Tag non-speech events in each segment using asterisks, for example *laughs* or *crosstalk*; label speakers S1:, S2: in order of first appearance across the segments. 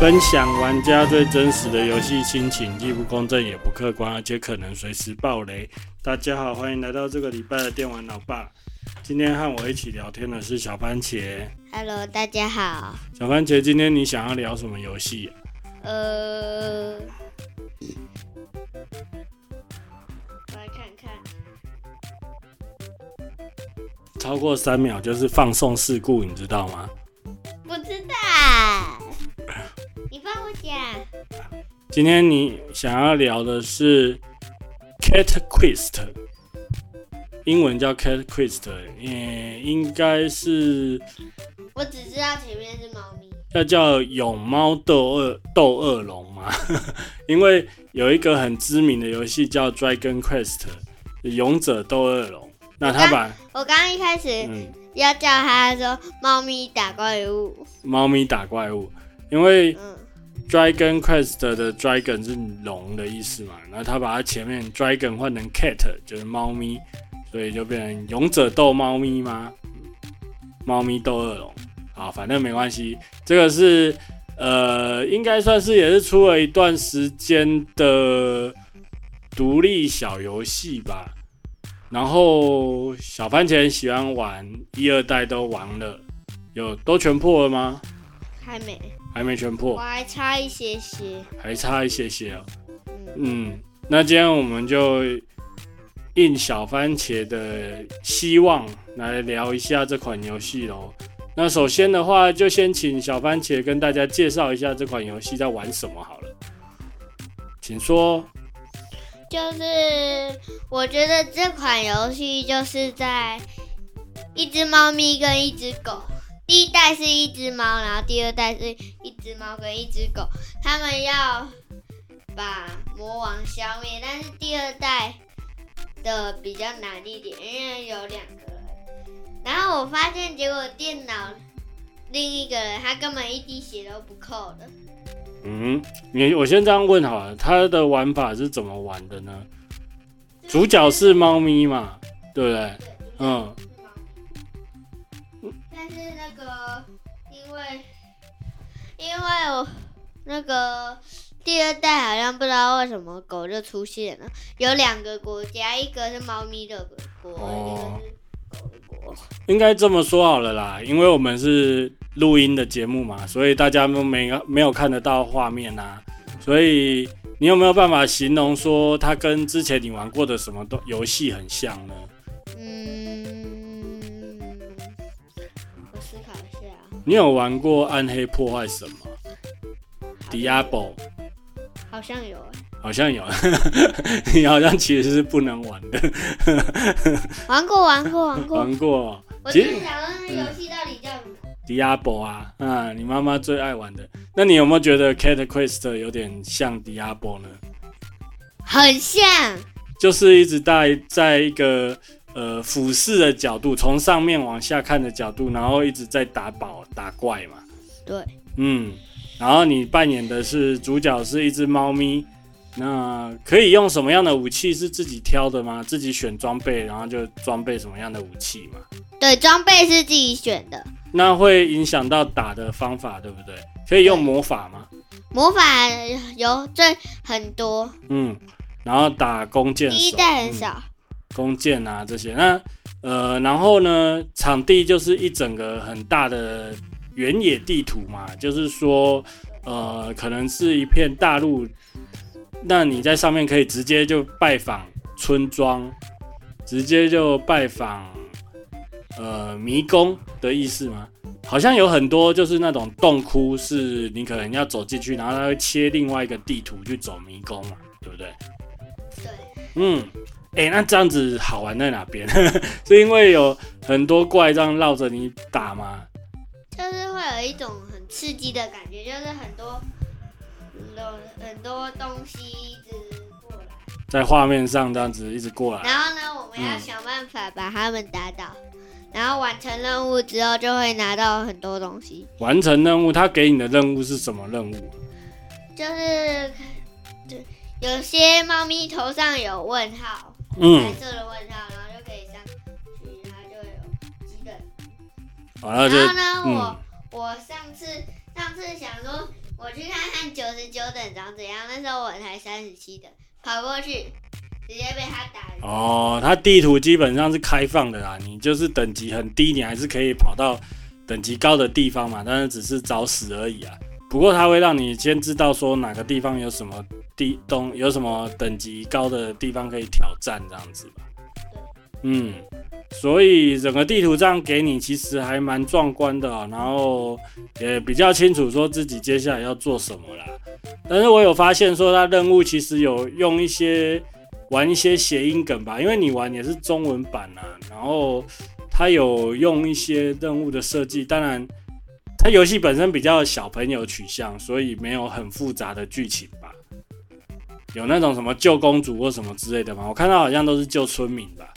S1: 分享玩家最真实的游戏心情，既不公正也不客观，而且可能随时爆雷。大家好，欢迎来到这个礼拜的电玩老爸。今天和我一起聊天的是小番茄。
S2: Hello，大家好。
S1: 小番茄，今天你想要聊什么游戏、啊？
S2: 呃，我来看看。
S1: 超过三秒就是放送事故，你知道吗？
S2: 不知道，你帮我讲。
S1: 今天你想要聊的是 Cat Quest，英文叫 Cat Quest，也应该是
S2: 我只知道前面是猫咪。
S1: 要叫有猫斗恶斗恶龙嘛， *laughs* 因为有一个很知名的游戏叫 Dragon Quest，勇者斗恶龙。那他把
S2: 我刚刚一开始
S1: 嗯
S2: 要叫他说猫咪打怪物，
S1: 猫咪打怪物，因为
S2: 嗯，
S1: Dragon Quest 的 Dragon 是龙的意思嘛，然后他把它前面 Dragon 换成 Cat，就是猫咪，所以就变成勇者斗猫咪吗？嗯猫咪斗恶龙，好，反正没关系。这个是呃，应该算是也是出了一段时间的独立小游戏吧。然后小番茄很喜欢玩，一二代都玩了，有都全破了吗？
S2: 还没，
S1: 还没全破
S2: 我。还差一些些。
S1: 还差一些些哦。
S2: 嗯，
S1: 嗯，那今天我们就应小番茄的希望来聊一下这款游戏喽。那首先的话，就先请小番茄跟大家介绍一下这款游戏在玩什么好了。请说，
S2: 就是我觉得这款游戏就是在一只猫咪跟一只狗。第一代是一只猫，然后第二代是一只猫跟一只狗，他们要把魔王消灭，但是第二代的比较难一点，因为有两个人。然后我发现，结果电脑另一个人他根本一滴血都不扣的，
S1: 嗯，你我先这样问好了，它的玩法是怎么玩的呢？主角是猫咪嘛，对不对？
S2: 对
S1: 嗯，
S2: 但是那个，因为因为我那个第二代好像不知道为什么狗就出现了，有两个国家，一个是猫咪的国，
S1: 哦
S2: 一个是狗的国。
S1: 应该这么说好了啦，因为我们是录音的节目嘛，所以大家都没没有看得到画面啊，所以你有没有办法形容说它跟之前你玩过的什么都游戏很像呢？
S2: 嗯，我思考一下啊
S1: 你有玩过《暗黑破坏神》吗？Diablo
S2: 好像有欸、
S1: 好像有， *laughs* 你好像其实是不能玩的，
S2: 玩过玩过玩过。
S1: 玩过
S2: 我
S1: 其
S2: 只
S1: 实
S2: 是想问那游戏到底叫什么？
S1: Diablo 啊，啊，你妈妈最爱玩的。那你有没有觉得 Cat Quest 有点像 Diablo 呢？
S2: 很像，
S1: 就是一直在在一个呃俯视的角度，从上面往下看的角度，然后一直在打宝打怪嘛。
S2: 对，
S1: 嗯，然后你扮演的是主角是一只猫咪，那可以用什么样的武器是自己挑的吗？自己选装备，然后就装备什么样的武器嘛？
S2: 对，装备是自己选的，
S1: 那会影响到打的方法，对不对？可以用
S2: 对
S1: 魔法吗？
S2: 魔法有这很多，
S1: 嗯，然后打弓箭手，
S2: 第一代很
S1: 嗯
S2: 少，
S1: 弓箭啊这些。那呃，然后呢，场地就是一整个很大的原野地图嘛，就是说呃，可能是一片大陆，那你在上面可以直接就拜访村庄，直接就拜访呃迷宫的意思吗？好像有很多就是那种洞窟，是你可能要走进去，然后它会切另外一个地图去走迷宫嘛，对不对？
S2: 对，
S1: 嗯，哎、那这样子好玩在哪边？ *laughs* 是因为有很多怪这样绕着你打吗？
S2: 就是会有一种很刺激的感觉，就是很多很多很多东西一直过来，
S1: 在画面上这样子一直过来，
S2: 然后呢，我们要
S1: 嗯
S2: 想办法把他们打倒，然后完成任务之后就会拿到很多东西，
S1: 完成任务。他给你的任务是什么任务？
S2: 就是就有些猫咪头上有问号，白
S1: 嗯，
S2: 色的问号，然后就可以上去，然后就会有鸡的
S1: 呃好，那就
S2: 然后呢，
S1: 嗯
S2: 我我上次上次想说我去看看九十九等长怎样，那时候我才三十七等，跑过去直接被他打晕。
S1: 哦，它地图基本上是开放的啦，你就是等级很低，你还是可以跑到等级高的地方嘛，但是只是找死而已啊。不过它会让你先知道说哪个地方有什么地东，有什么等级高的地方可以挑战这样子吧。嗯，所以整个地图这样给你其实还蛮壮观的、哦，然后也比较清楚说自己接下来要做什么啦。但是我有发现说它任务其实有用一些玩一些谐音梗吧，因为你玩也是中文版啊，然后它有用一些任务的设计，当然它游戏本身比较小朋友取向，所以没有很复杂的剧情吧。有那种什么救公主或什么之类的吗？我看到好像都是救村民吧。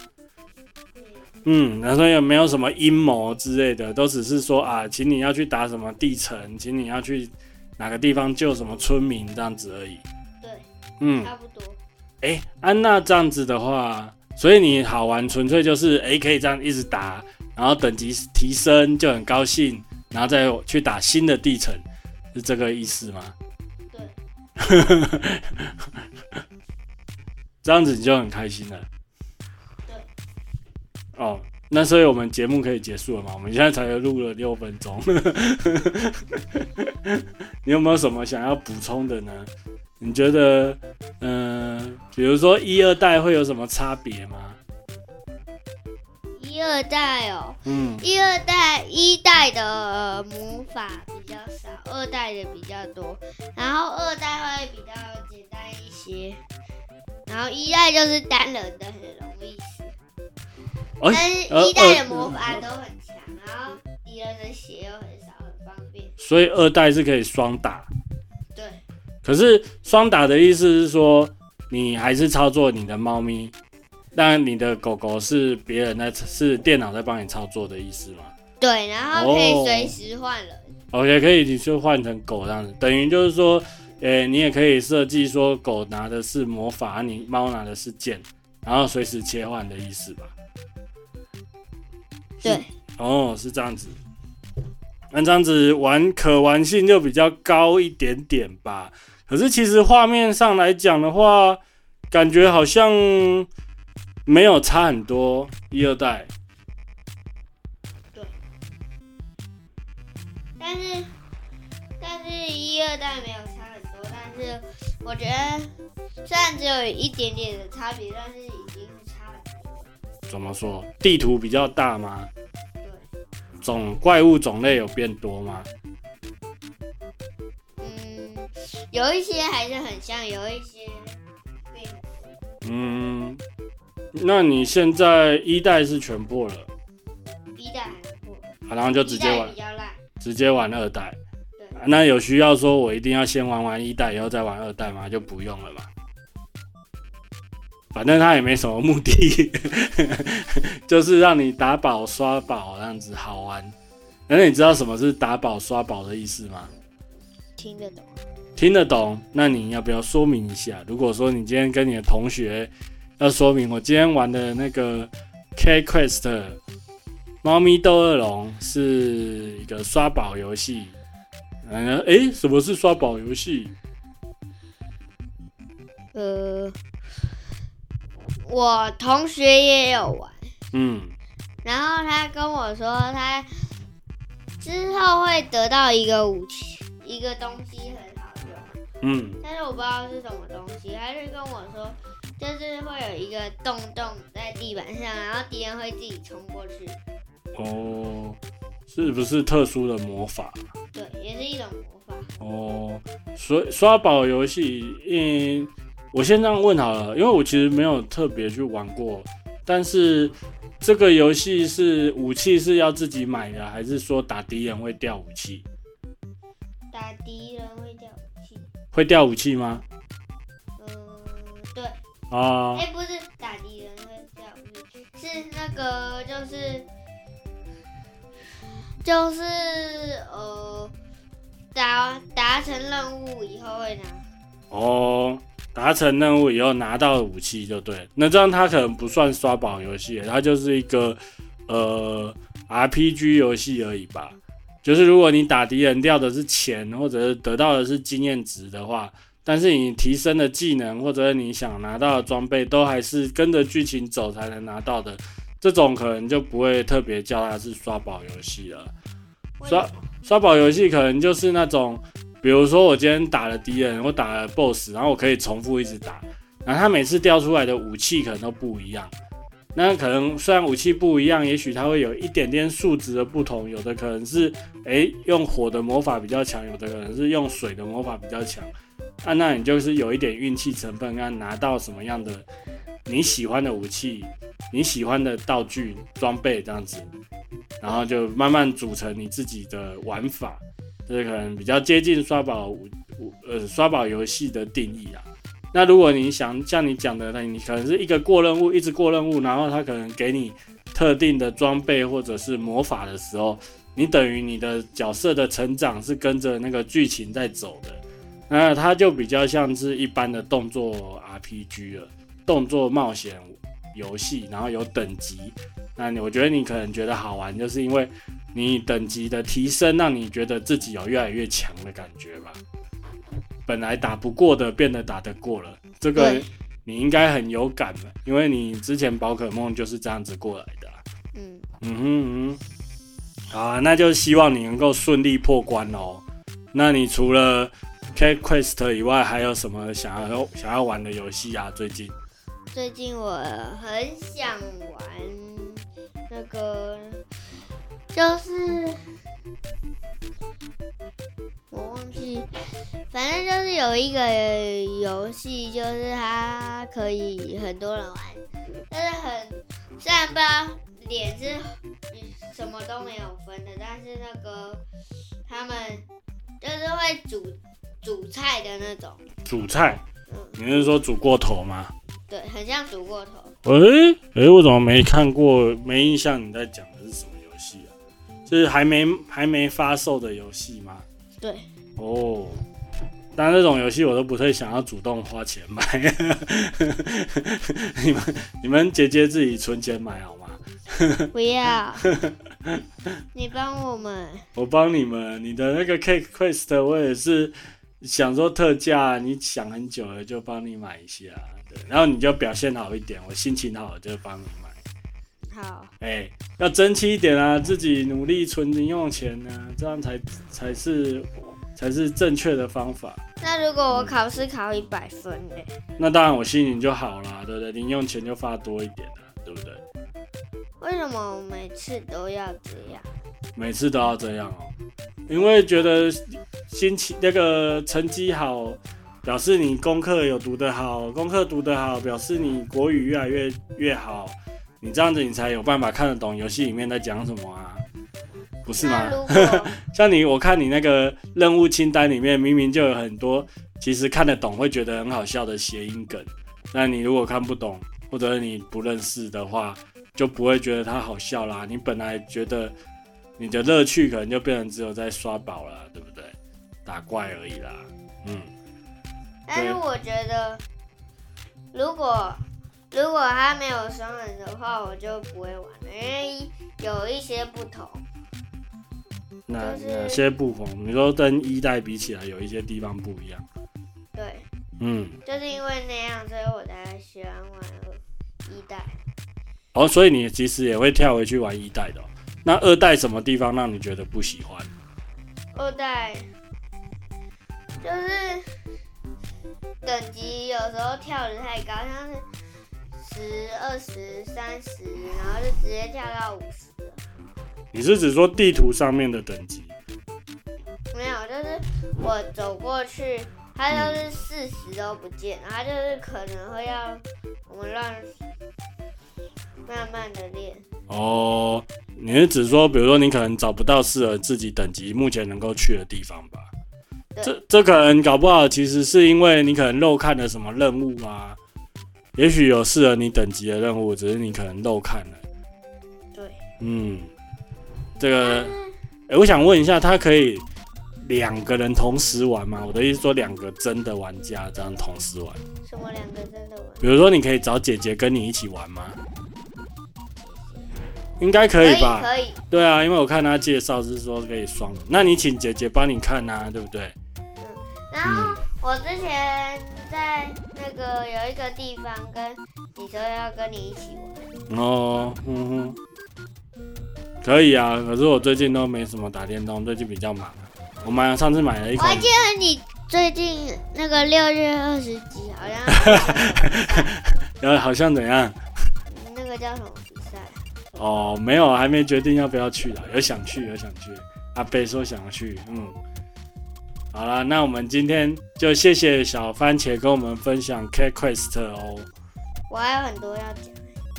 S1: 嗯，然后也没有什么阴谋之类的，都只是说啊，请你要去打什么地层，请你要去哪个地方救什么村民这样子而已。
S2: 对，
S1: 嗯，
S2: 差不多。
S1: 哎、安娜这样子的话，所以你好玩纯粹就是哎、诶可以这样一直打，然后等级提升就很高兴，然后再去打新的地层，是这个意思吗？
S2: 对，
S1: *laughs* 这样子你就很开心了。
S2: 对。
S1: 哦，那所以我们节目可以结束了嘛？我们现在才录了六分钟， *laughs* 你有没有什么想要补充的呢？你觉得，嗯、比如说一二代会有什么差别吗？
S2: 一二代哦，
S1: 嗯，
S2: 一二代一代的、呃魔法比较少，二代的比较多，然后二代会比较简单一些，然后一代就是单人的，很容易死。
S1: 而、
S2: 但是
S1: 呃
S2: 一代
S1: 二
S2: 的魔法都很强，然后敌人的血又很少，很方便。
S1: 所以二代是可以双打，
S2: 对
S1: 可是双打的意思是说，你还是操作你的猫咪，但你的狗狗是别人在是电脑在帮你操作的意思吗？
S2: 对，然后可以
S1: 哦
S2: 随时换人。
S1: 哦，也可以，你就换成狗这样子，等于就是说，诶、你也可以设计说狗拿的是魔法，啊你猫拿的是剑，然后随时切换的意思吧？
S2: 对，
S1: 哦，是这样子。那这样子玩可玩性就比较高一点点吧。可是其实画面上来讲的话，感觉好像没有差很多一二代。
S2: 但是但是一二代没有差很多，但是我觉得虽然只有一点点的差别，但是已经差很多。
S1: 怎么说？地图比较大吗？
S2: 对，
S1: 种怪物种类有变多吗？
S2: 嗯，有一些还是很像，有一些并
S1: 嗯，那你现在一代是全破了，
S2: 一代还不错，
S1: 啊然后就直
S2: 一
S1: 接
S2: 代
S1: 玩
S2: 比较烂。
S1: 直接玩二代。
S2: 对
S1: 啊那有需要说我一定要先玩完一代，以后再玩二代吗？就不用了嘛。反正它也没什么目的， *laughs* 就是让你打宝刷宝这样子好玩。那你知道什么是打宝刷宝的意思吗？
S2: 听得懂。
S1: 听得懂，那你要不要说明一下？如果说你今天跟你的同学要说明，我今天玩的那个 K Quest 猫咪斗恶龙是一个刷宝游戏。嗯，诶，什么是刷宝游戏？
S2: 呃，我同学也有玩，
S1: 嗯，
S2: 然后他跟我说他之后会得到一个武器，一个东西很好用，
S1: 嗯，
S2: 但是我不知道是什么东西。他就跟我说，就是会有一个洞洞在地板上，然后敌人会自己冲过去。
S1: 哦，是不是特殊的魔法？
S2: 对，也是一种魔法。
S1: 哦，所以刷宝游戏，嗯，我先这样问好了，因为我其实没有特别去玩过，但是这个游戏是武器是要自己买的，还是说打敌人会掉武器？
S2: 打敌人会掉武器。
S1: 会掉武器吗？
S2: 嗯，对。
S1: 啊、
S2: 哎、不是打敌人会掉武器，是那个就是就是呃达达成任务以后会拿，
S1: 哦，达成任务以后拿到武器就对。那这样它可能不算刷宝游戏，它就是一个呃 RPG 游戏而已吧。就是如果你打敌人掉的是钱，或者是得到的是经验值的话，但是你提升的技能或者是你想拿到的装备，都还是跟着剧情走才能拿到的，这种可能就不会特别叫它是刷宝游戏了。刷刷宝游戏可能就是那种，比如说我今天打了敌人，我打了 BOSS，然后我可以重复一直打，然后它每次掉出来的武器可能都不一样。那可能虽然武器不一样，也许它会有一点点数值的不同，有的可能是诶、用火的魔法比较强，有的可能是用水的魔法比较强。啊，那你就是有一点运气成分，啊，拿到什么样的你喜欢的武器、你喜欢的道具、装备这样子，然后就慢慢组成你自己的玩法，这、就是可能比较接近刷宝武武呃刷宝游戏的定义啊。那如果你想像你讲的，那你可能是一个过任务，一直过任务，然后他可能给你特定的装备或者是魔法的时候，你等于你的角色的成长是跟着那个剧情在走的，那它就比较像是一般的动作 RPG 了，动作冒险游戏，然后有等级。那你我觉得你可能觉得好玩，就是因为你等级的提升，让你觉得自己有越来越强的感觉吧。本来打不过的变得打得过了，这个
S2: 对
S1: 你应该很有感的，因为你之前宝可梦就是这样子过来的啊、
S2: 嗯，
S1: 嗯哼嗯哼，好啊，那就希望你能够顺利破关哦。那你除了 Cat Quest 以外，还有什么想要想要玩的游戏啊？最近
S2: 最近我很想玩那个，就是我忘记，反正就是有一个游戏，就是它可以很多人玩，但是很虽然不知道脸是什么都没有分的，但是那个他们就是会煮煮菜的那种，
S1: 煮菜，
S2: 嗯，
S1: 你是说煮过头吗？
S2: 对，很像煮过头。
S1: 喂、诶、我怎么没看过？没印象你在讲的是什么游戏啊？就是还没还没发售的游戏吗？
S2: 对。
S1: 哦，但这种游戏我都不太想要主动花钱买。你们你们姐姐自己存钱买好吗？
S2: 不
S1: *laughs*
S2: 要，你帮我们。
S1: 我帮你们，你的那个 Cake Quest 我也是想说特价，你想很久了就帮你买一下，对，然后你就表现好一点，我心情好我就帮你买。
S2: 好，
S1: 哎、要争气一点啊，自己努力存零用钱啊，这样才才是才是正确的方法。
S2: 那如果我考试考一百分呢？
S1: 那当然我心情就好啦，对不对？零用钱就发多一点啦，对不对？
S2: 为什么我每次都要这样？
S1: 每次都要这样哦，因为觉得心情那个成绩好，表示你功课有读得好，功课读得好，表示你国语越来越越好，你这样子你才有办法看得懂游戏里面在讲什么啊，不是吗
S2: 那？
S1: *laughs*
S2: 如果
S1: 像你，我看你那个任务清单里面，明明就有很多其实看得懂会觉得很好笑的谐音梗。那你如果看不懂，或者你不认识的话，就不会觉得它好笑啦。你本来觉得你的乐趣可能就变成只有在刷宝啦，对不对？打怪而已啦。嗯，
S2: 但是我觉得，如果如果他没有双人的话，我就不会玩了，因为有一些不同。
S1: 那
S2: 就是
S1: 哪些不同？你说跟一代比起来，有一些地方不一样。
S2: 对，
S1: 嗯，
S2: 就是因为那样，所以我才喜欢玩一代。
S1: 哦，所以你其实也会跳回去玩一代的哦、那二代什么地方让你觉得不喜欢？
S2: 二代就是等级有时候跳的太高，像是十、二十、三十，然后就直接跳到五十了。
S1: 你是指说地图上面的等级？
S2: 没有，就是我走过去，它就是四十都不见，然后就是可能会要我们乱慢慢的练。
S1: 哦，你是指说，比如说你可能找不到适合自己等级目前能够去的地方吧？
S2: 对
S1: 这这可能搞不好，其实是因为你可能漏看了什么任务啊，也许有适合你等级的任务，只是你可能漏看了。
S2: 对，
S1: 嗯，这个，诶我想问一下，他可以两个人同时玩吗？我的意思说，两个真的玩家这样同时玩，
S2: 什么两个真的玩？
S1: 比如说你可以找姐姐跟你一起玩吗？应该可
S2: 可
S1: 以吧？
S2: 可以，
S1: 对啊，因为我看他介绍是说可以双人，那你请姐姐帮你看呐、对不对？
S2: 然后我之前在那个有一个地方跟你说要跟你一起玩，
S1: 哦，嗯哼，可以啊。可是我最近都没什么打电动，最近比较忙啊。我买上次买了一
S2: 我
S1: 款
S2: 还记得你最近那个六月二十几好像
S1: 呃，好像怎样？
S2: 那个叫什么比赛，
S1: 哦，没有，还没决定要不要去啦。有想去，有想去。阿贝说想要去，嗯。好啦，那我们今天就谢谢小番茄跟我们分享 Cat Quest 哦。
S2: 我还有很多要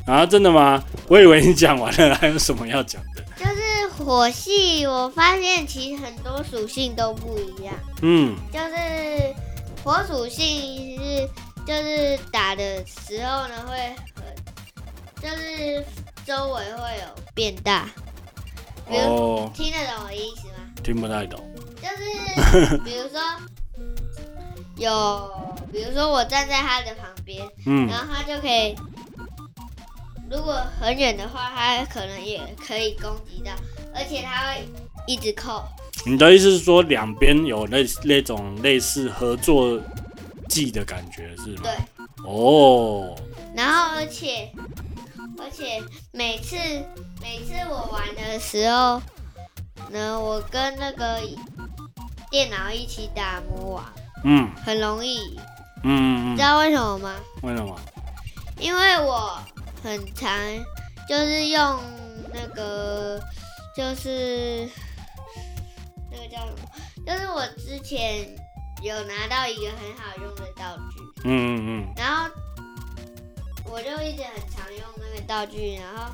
S2: 讲，
S1: 啊，真的吗？我以为你讲完了，还有什么要讲的？
S2: 就是火系，我发现其实很多属性都不一样。
S1: 嗯，
S2: 就是火属性是就是打的时候呢会很，就是周围会有变大，比如、
S1: 哦，
S2: 听得懂我的意思
S1: *laughs*
S2: 吗？
S1: 听不太懂。
S2: 就是比如说有，比如说我站在他的旁边，
S1: 嗯
S2: 然后他就可以。如果很远的话，他可能也可以攻击到，而且他会一直扣。
S1: 你的意思是说两边有那那种类似合作技的感觉是吗？
S2: 对，
S1: 哦，
S2: 然后而且而且每次每次我玩的时候呢，我跟那个电脑一起打魔王，
S1: 嗯
S2: 很容易赢。
S1: 嗯嗯
S2: 你知，道为什么吗？
S1: 为什么？
S2: 因为我很常就是用那个就是那个叫什么？就是我之前有拿到一个很好用的道具，
S1: 嗯嗯
S2: 然后我就一直很常用那个道具，然后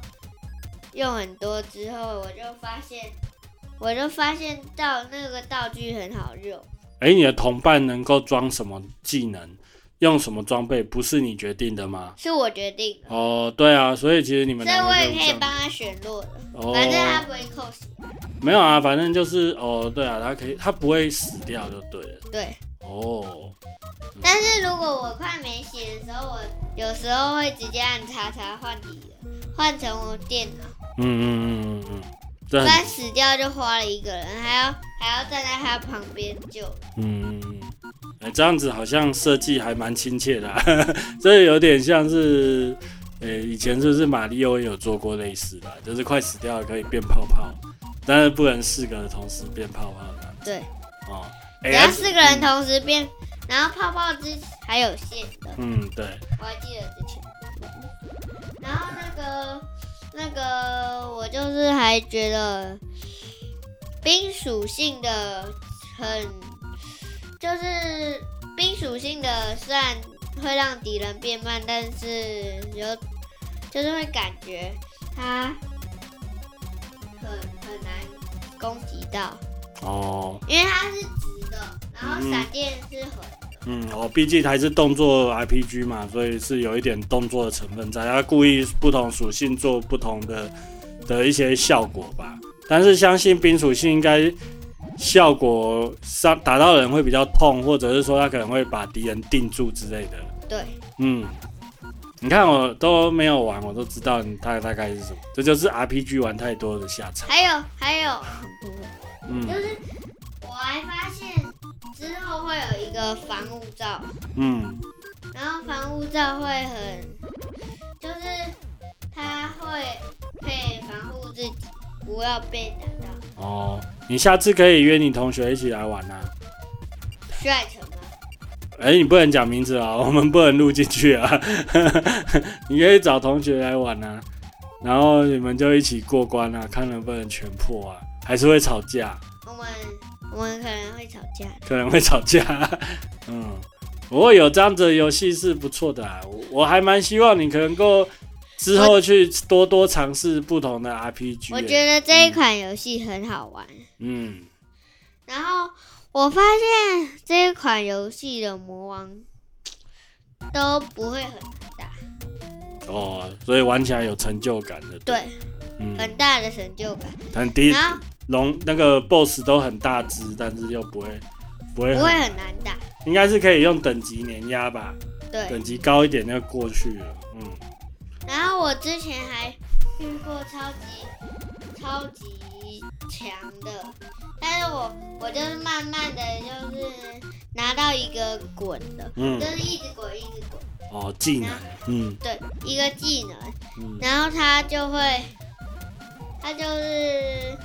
S2: 用很多之后，我就发现，我就发现到那个道具很好用，
S1: 嗯，哎、你的同伴能够装什么技能，用什么装备，不是你决定的吗？
S2: 是我决定的，
S1: 哦，对啊，所以其实你们
S2: 所以
S1: 两个
S2: 我也
S1: 就
S2: 可
S1: 这
S2: 以
S1: 样
S2: 帮他选弱的，
S1: 哦，
S2: 反正他不会扣死。
S1: 没有啊，反正就是哦，对啊，他可以，他不会死掉就对了。
S2: 对，
S1: 哦，
S2: 但是如果我快没血的时候，我有时候会直接按叉叉换敌人，换成我电脑，
S1: 嗯嗯嗯嗯嗯，
S2: 不
S1: 这很
S2: 然死掉就花了一个人，还要还要站在他旁边救人。
S1: 嗯，哎、这样子好像设计还蛮亲切的、啊， *laughs* 这有点像是，呃、以前是不是马里奥也有做过类似的啊、就是快死掉了可以变泡泡，但是不能四个人同时变泡泡的
S2: 对。
S1: 哦。
S2: 只
S1: 哎
S2: 要四个人同时变，然后泡泡之还有线的，
S1: 嗯，对，
S2: 我还记得之前。然后那个那个，我就是还觉得冰属性的很，就是冰属性的虽然会让敌人变慢，但是有就是会感觉它很很难攻击到。
S1: 哦，
S2: 因为它是直的，然后闪电是横的。
S1: 嗯，哦，毕竟还是动作 RPG 嘛，所以是有一点动作的成分在，它故意不同属性做不同的的一些效果吧。但是相信冰属性应该效果伤打到人会比较痛，或者是说它可能会把敌人定住之类的。
S2: 对，
S1: 嗯，你看我都没有玩，我都知道你大大概是什么，这就是 RPG 玩太多的下场。
S2: 还有还有，就
S1: 嗯
S2: 是我还发现之后会有一个防雾罩，
S1: 嗯
S2: 然后防雾罩会很，就是它会可以防护自己，不要被打到。
S1: 哦，你下次可以约你同学一起来玩啊。
S2: 帅成啊吗？
S1: 哎、你不能讲名字啊， *laughs* 我们不能录进去啊。 *laughs* 你可以找同学来玩啊，然后你们就一起过关啊，看能不能全破啊，还是会吵架，
S2: 我们我们可能会吵架的。
S1: 可能会吵架。 *laughs* 嗯，不过有这样子的游戏是不错的啊，我我还蛮希望你可能够之后去多多尝试不同的 RPG 欸、
S2: 我觉得这一款游戏很好玩。
S1: 嗯，
S2: 然后我发现这一款游戏的魔王都不会很
S1: 哦，所以玩起来有成就感的，
S2: 对，
S1: 嗯，
S2: 很大的成就感，
S1: 很低
S2: 然后
S1: 龙那个 BOSS 都很大只，但是又不会不会
S2: 不
S1: 很
S2: 会很难打。
S1: 应该是可以用等级碾压吧，
S2: 对，
S1: 等级高一点就过去了。嗯
S2: 然后我之前还遇过超级超级强的，但是我我就是慢慢的就是拿到一个滚的，
S1: 嗯
S2: 就，是一直滚一直滚，
S1: 哦，技能，嗯
S2: 对，一个技能，
S1: 嗯，
S2: 然后他就会，他就是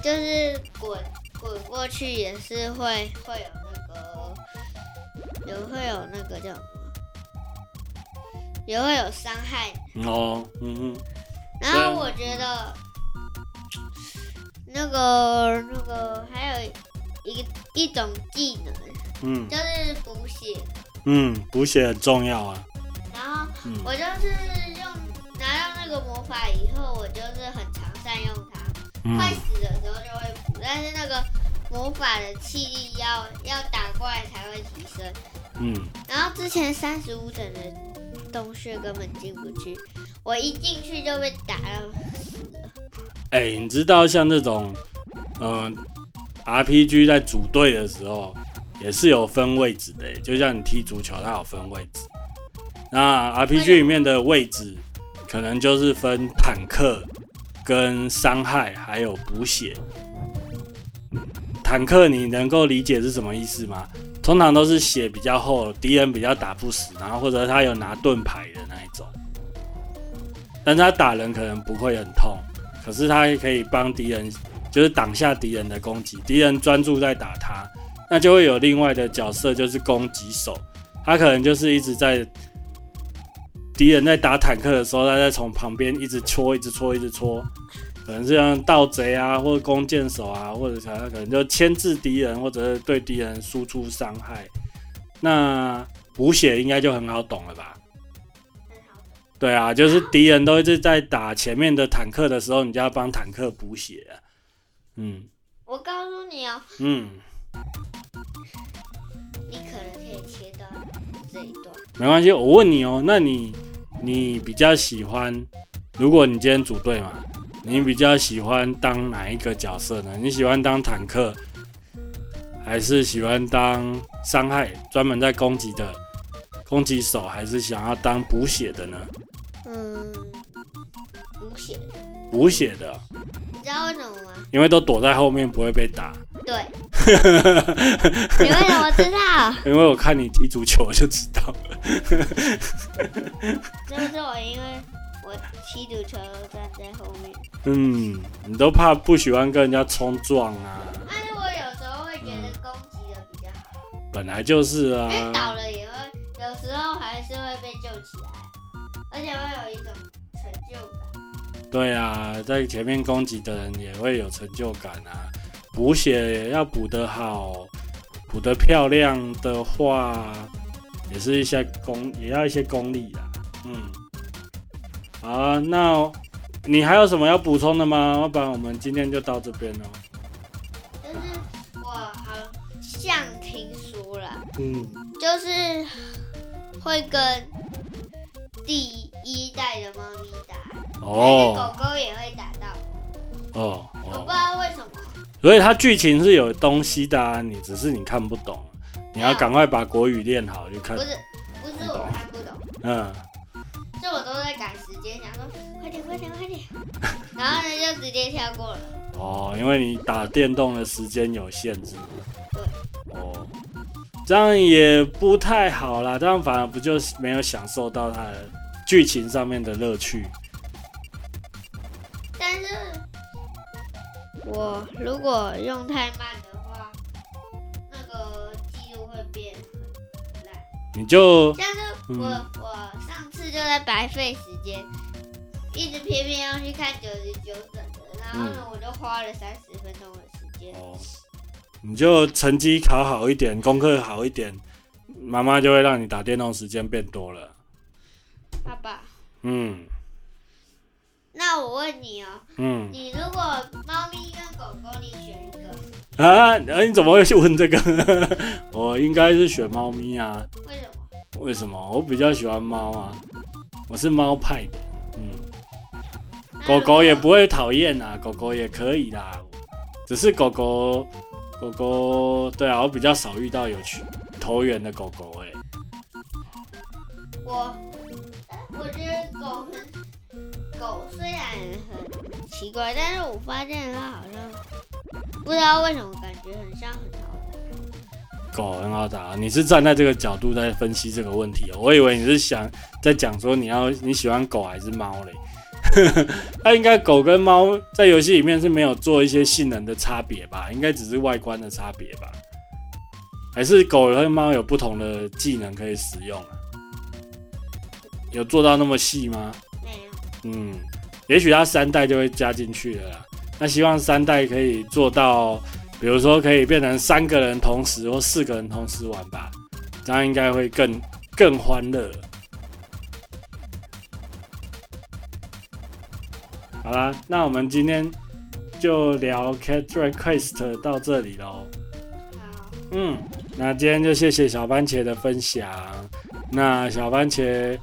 S2: 就是滚滚过去也是会会有那个，也会有那个叫什么，也会有伤害。
S1: 哦，嗯
S2: 然
S1: 对啊
S2: 后我觉得那个那个还有一个一种技能
S1: 嗯
S2: 就是补血，
S1: 嗯嗯，补血很重要啊，
S2: 然后
S1: 嗯
S2: 我就是用拿到那个魔法以后，我就是很常善用它。
S1: 嗯
S2: 快死的时候就会补，但是那个魔法的气力要要打怪才会提升。
S1: 嗯，
S2: 然后之前三十五等的洞穴根本进不去，我一进去就被打到死了。
S1: 哎、你知道像这种，嗯、r p g 在组队的时候也是有分位置的、欸就像你踢足球，它有分位置。那 RPG 里面的位置可能就是分坦克、跟伤害，还有补血。坦克你能够理解是什么意思吗？通常都是血比较厚，敌人比较打不死，然后或者他有拿盾牌的那一种，但是他打人可能不会很痛。可是他也可以帮敌人，就是挡下敌人的攻击，敌人专注在打他，那就会有另外的角色，就是攻击手，他可能就是一直在敌人在打坦克的时候，他在从旁边一直戳，一直戳，一直戳，可能是像盗贼啊，或者弓箭手啊，或者啥，可能就牵制敌人，或者是对敌人输出伤害。那补血应该就很好懂了吧？
S2: 很好
S1: 对啊，就是敌人都一直在打前面的坦克的时候，你就要帮坦克补血啊、嗯
S2: 我告诉你哦，
S1: 嗯，
S2: 你可能可以切断这一段。
S1: 没关系。我问你哦，那你你比较喜欢，如果你今天组队嘛，你比较喜欢当哪一个角色呢？你喜欢当坦克，还是喜欢当伤害专门在攻击的攻击手，还是想要当补血的呢？
S2: 嗯，补血，
S1: 补血的，哦
S2: 你知道为什么吗？
S1: 因为都躲在后面不会被打。
S2: *laughs* 对，你为什么知道？
S1: 因为我看你踢足球，我就知道。
S2: 就是我因为我踢足球站在后面。
S1: 嗯，你都怕不喜欢跟人家冲撞啊？
S2: 但是我有时候会觉得攻击的比较好，
S1: 本来就是
S2: 因为
S1: 啊。
S2: 倒了也会，有时候还是会被救起来，而且会有一种成就感。
S1: 对啊，在前面攻击的人也会有成就感啊。补血要补得好，补得漂亮的话，也是一些功，也要一些功力啦。嗯，好啊，那你还有什么要补充的吗？要不然我们今天就到这边喽。
S2: 就是我好像听说了，
S1: 嗯，
S2: 就是会跟第一代的猫咪打，
S1: 哦
S2: 但是狗狗也会打到，
S1: 哦
S2: 我不
S1: 哦
S2: 知，道为什么。
S1: 所以它剧情是有东西的、啊，你只是你看不懂，你要赶快把国语练好就看
S2: 不。是不是我看不懂，
S1: 嗯，
S2: 是我都在赶时间，想说快点快点
S1: *laughs*
S2: 快点，然后呢就直接跳过了。
S1: 哦，因为你打电动的时间有限制。
S2: 对。
S1: 哦，这样也不太好啦，这样反而不就没有享受到它的剧情上面的乐趣。
S2: 但是我如果用太慢的话，那个记录会变很烂。
S1: 你就
S2: 像是我、
S1: 嗯
S2: 我上次就在白费时间，一直偏偏要去看九十九等的，然后
S1: 嗯
S2: 呢，我就花了三十分钟的时间。
S1: 哦，你就成绩考好一点，功课好一点，妈妈就会让你打电动时间变多了。
S2: 爸爸，
S1: 嗯
S2: 那我问你哦，
S1: 嗯。
S2: 你如果猫咪跟狗狗，你选一个，
S1: 啊，呃你怎么会去问这个？ *laughs* 我应该是选猫咪啊，
S2: 为什么？
S1: 为什么？我比较喜欢猫啊，我是猫派的。嗯，狗狗也不会讨厌啊，狗狗也可以啦，只是狗狗，狗狗，对啊，我比较少遇到有趣投缘的狗狗、欸，
S2: 我我觉得狗很，狗虽然很奇怪，但是我发现它好像不知道为什么感觉很像很好
S1: 狗很好打，你是站在这个角度在分析这个问题、哦，我以为你是想在讲说你要你喜欢狗还是猫嘞？ *laughs* 那应该狗跟猫在游戏里面是没有做一些性能的差别吧？应该只是外观的差别吧？还是狗和猫有不同的技能可以使用啊？有做到那么细吗？
S2: 没有。
S1: 嗯，也许它三代就会加进去了啦。那希望三代可以做到，比如说可以变成三个人同时或四个人同时玩吧，这样应该会更更欢乐。好啦，那我们今天就聊 Cat Request 到这里喽。
S2: 好，
S1: 嗯，那今天就谢谢小番茄的分享。那小番茄，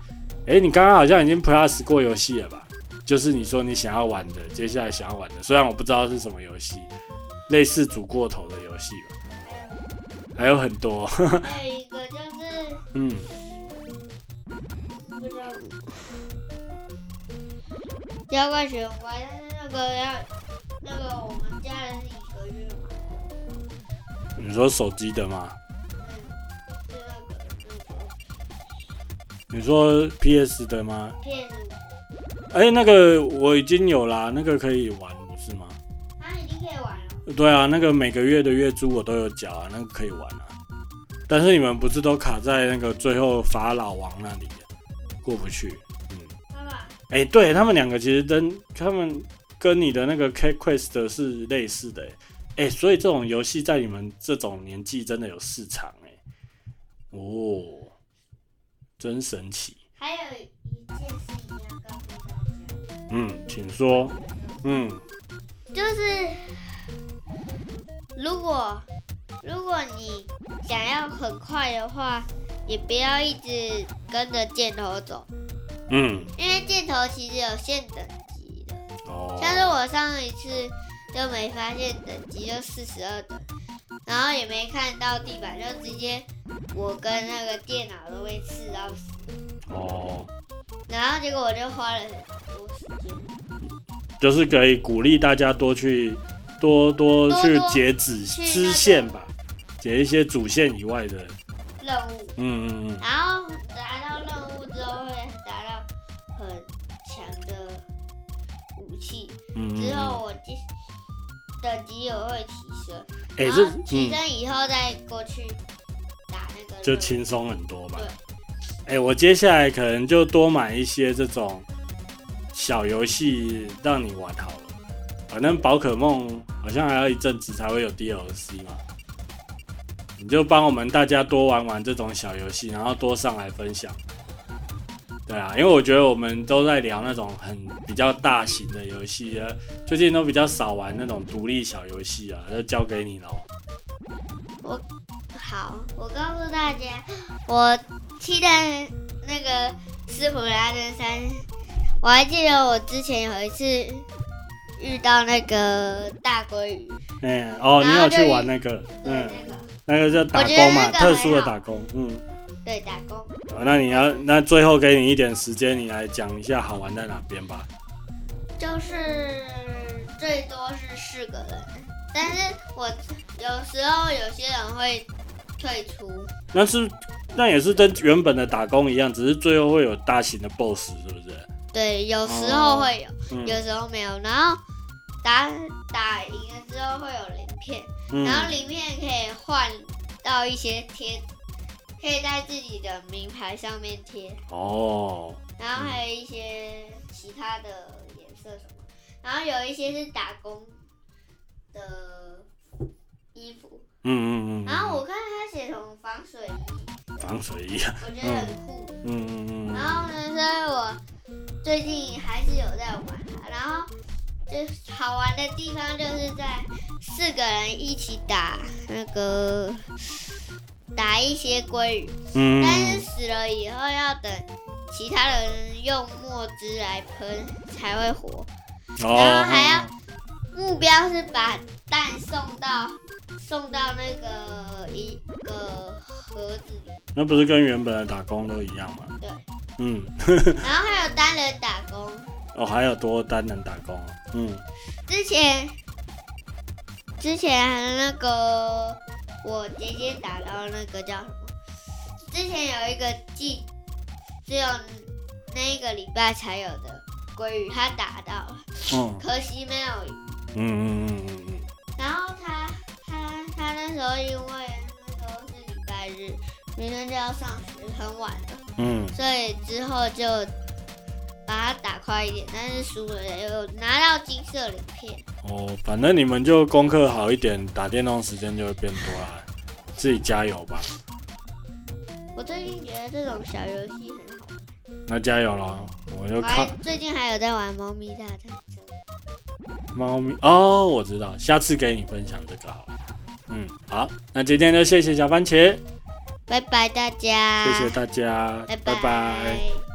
S1: 诶，你刚刚好像已经 Plus 过游戏了吧？就是你说你想要玩的，接下来想要玩的，虽然我不知道是什么游戏，类似煮过头的游戏吧，还有很多。
S2: 还有一个就是
S1: 嗯，
S2: 不知道妖怪学乖，但是那个要那个我们家人是一个月嘛，
S1: 你说手机的吗？
S2: 是那个那
S1: 你说 PS 的吗？
S2: 个骗子，
S1: 诶，那个我已经有啦，那个可以玩，不是吗？
S2: 他已经可以玩了。
S1: 对啊，那个每个月的月租我都有缴啊，那个可以玩啊。但是你们不是都卡在那个最后法老王那里过不去？嗯，
S2: 爸爸，
S1: 哎、对他们两个其实跟他们跟你的那个 Cat Quest 是类似的、欸，哎、所以这种游戏在你们这种年纪真的有市场哎、哦，真神奇。
S2: 还有一件事情要告诉大家，
S1: 嗯，请说。嗯，
S2: 就是如果如果你想要很快的话，也不要一直跟着箭头走，
S1: 嗯，
S2: 因为箭头其实有限等级的。
S1: 哦，
S2: 像是我上一次就没发现等级就四十二等，然后也没看到地板，就直接我跟那个电脑都被刺到死，
S1: 哦，
S2: 然后结果我就花了很多时间。
S1: 就是可以鼓励大家多去多多
S2: 多
S1: 去
S2: 多
S1: 截止
S2: 去
S1: 支
S2: 那
S1: 线
S2: 个
S1: 吧，截一些主线以外的，
S2: 任务，
S1: 嗯嗯嗯，
S2: 然后达到任务之后会达到很强的武器，
S1: 嗯嗯
S2: 之
S1: 嗯，
S2: 后我就等级也会提升，
S1: 哎、
S2: 然
S1: 这
S2: 后提
S1: 嗯
S2: 升以后再过去打那个
S1: 就
S2: 任务
S1: 轻松很多吧
S2: 对。
S1: 哎、我接下来可能就多买一些这种小游戏让你玩好了，反正宝可梦好像还要一阵子才会有 DLC 嘛。你就帮我们大家多玩玩这种小游戏，然后多上来分享。对啊，因为我觉得我们都在聊那种很比较大型的游戏啊，最近都比较少玩那种独立小游戏啊，就交给你喽。
S2: 好，我告诉大家，我期待那个斯普拉登山。我还记得我之前有一次遇到那个大鲑鱼，
S1: 哎、哦，你
S2: 然后
S1: 有
S2: 就
S1: 去
S2: 一
S1: 玩那个？嗯
S2: 对，那个
S1: 那个叫打
S2: 我觉得
S1: 工嘛，
S2: 那个
S1: 特殊的
S2: 还好
S1: 打工。嗯，
S2: 对打工，
S1: 好那你要那最后给你一点时间，你来讲一下好玩在哪边吧。
S2: 就是最多是四个人，但是我有时候有些人会退出，
S1: 那是那也是跟原本的打工一样，只是最后会有大型的 BOSS，是不是？
S2: 对，有时候会有。
S1: 嗯
S2: 有时候没有，然后打打赢了之后会有鳞片，然后
S1: 嗯，
S2: 鳞片可以换到一些贴，可以在自己的名牌上面贴，
S1: 哦，
S2: 然后还有一些其他的颜色什么，然后有一些是打工的衣服，
S1: 嗯嗯嗯
S2: 然后
S1: 嗯，
S2: 我看他写什么防水衣，
S1: 防水衣啊，
S2: 我觉得很酷。
S1: 嗯嗯嗯
S2: 然
S1: 嗯，
S2: 后呢，所以我最近还是有在玩啊。然后就是好玩的地方就是在四个人一起打那个打一些鲑鱼，
S1: 嗯
S2: 但是死了以后要等其他人用墨汁来喷才会活。
S1: 哦
S2: 然后还要目标是把蛋送到送到那个一个盒子里。
S1: 那不是跟原本的打工都一样吗？
S2: 对，
S1: 嗯，
S2: 然后还有单人打工。
S1: 哦哦，还有多单人打工哦，嗯，
S2: 之前之前那个我姐姐打到那个叫什么？之前有一个季，只有那一个礼拜才有的鲑鱼，她打到了，
S1: 哦，
S2: 可惜没有赢。
S1: 嗯嗯嗯嗯嗯，
S2: 然后她她她那时候因为那时候是礼拜日，明天就要上学，很晚了。
S1: 嗯，
S2: 所以之后就把它打快一点，但是输了有拿到金色鳞片。
S1: 哦，反正你们就功课好一点，打电动时间就会变多啦，自己加油吧，
S2: 我最近觉得这种小游戏很好玩，
S1: 那加油啦！我就
S2: 我还
S1: 靠
S2: 最近还有在玩《猫咪大战争》，
S1: 猫咪哦，我知道，下次给你分享这个好了。嗯，好，那今天就谢谢小番茄，
S2: 拜拜大家，
S1: 谢谢大家，
S2: 拜
S1: 拜拜
S2: 拜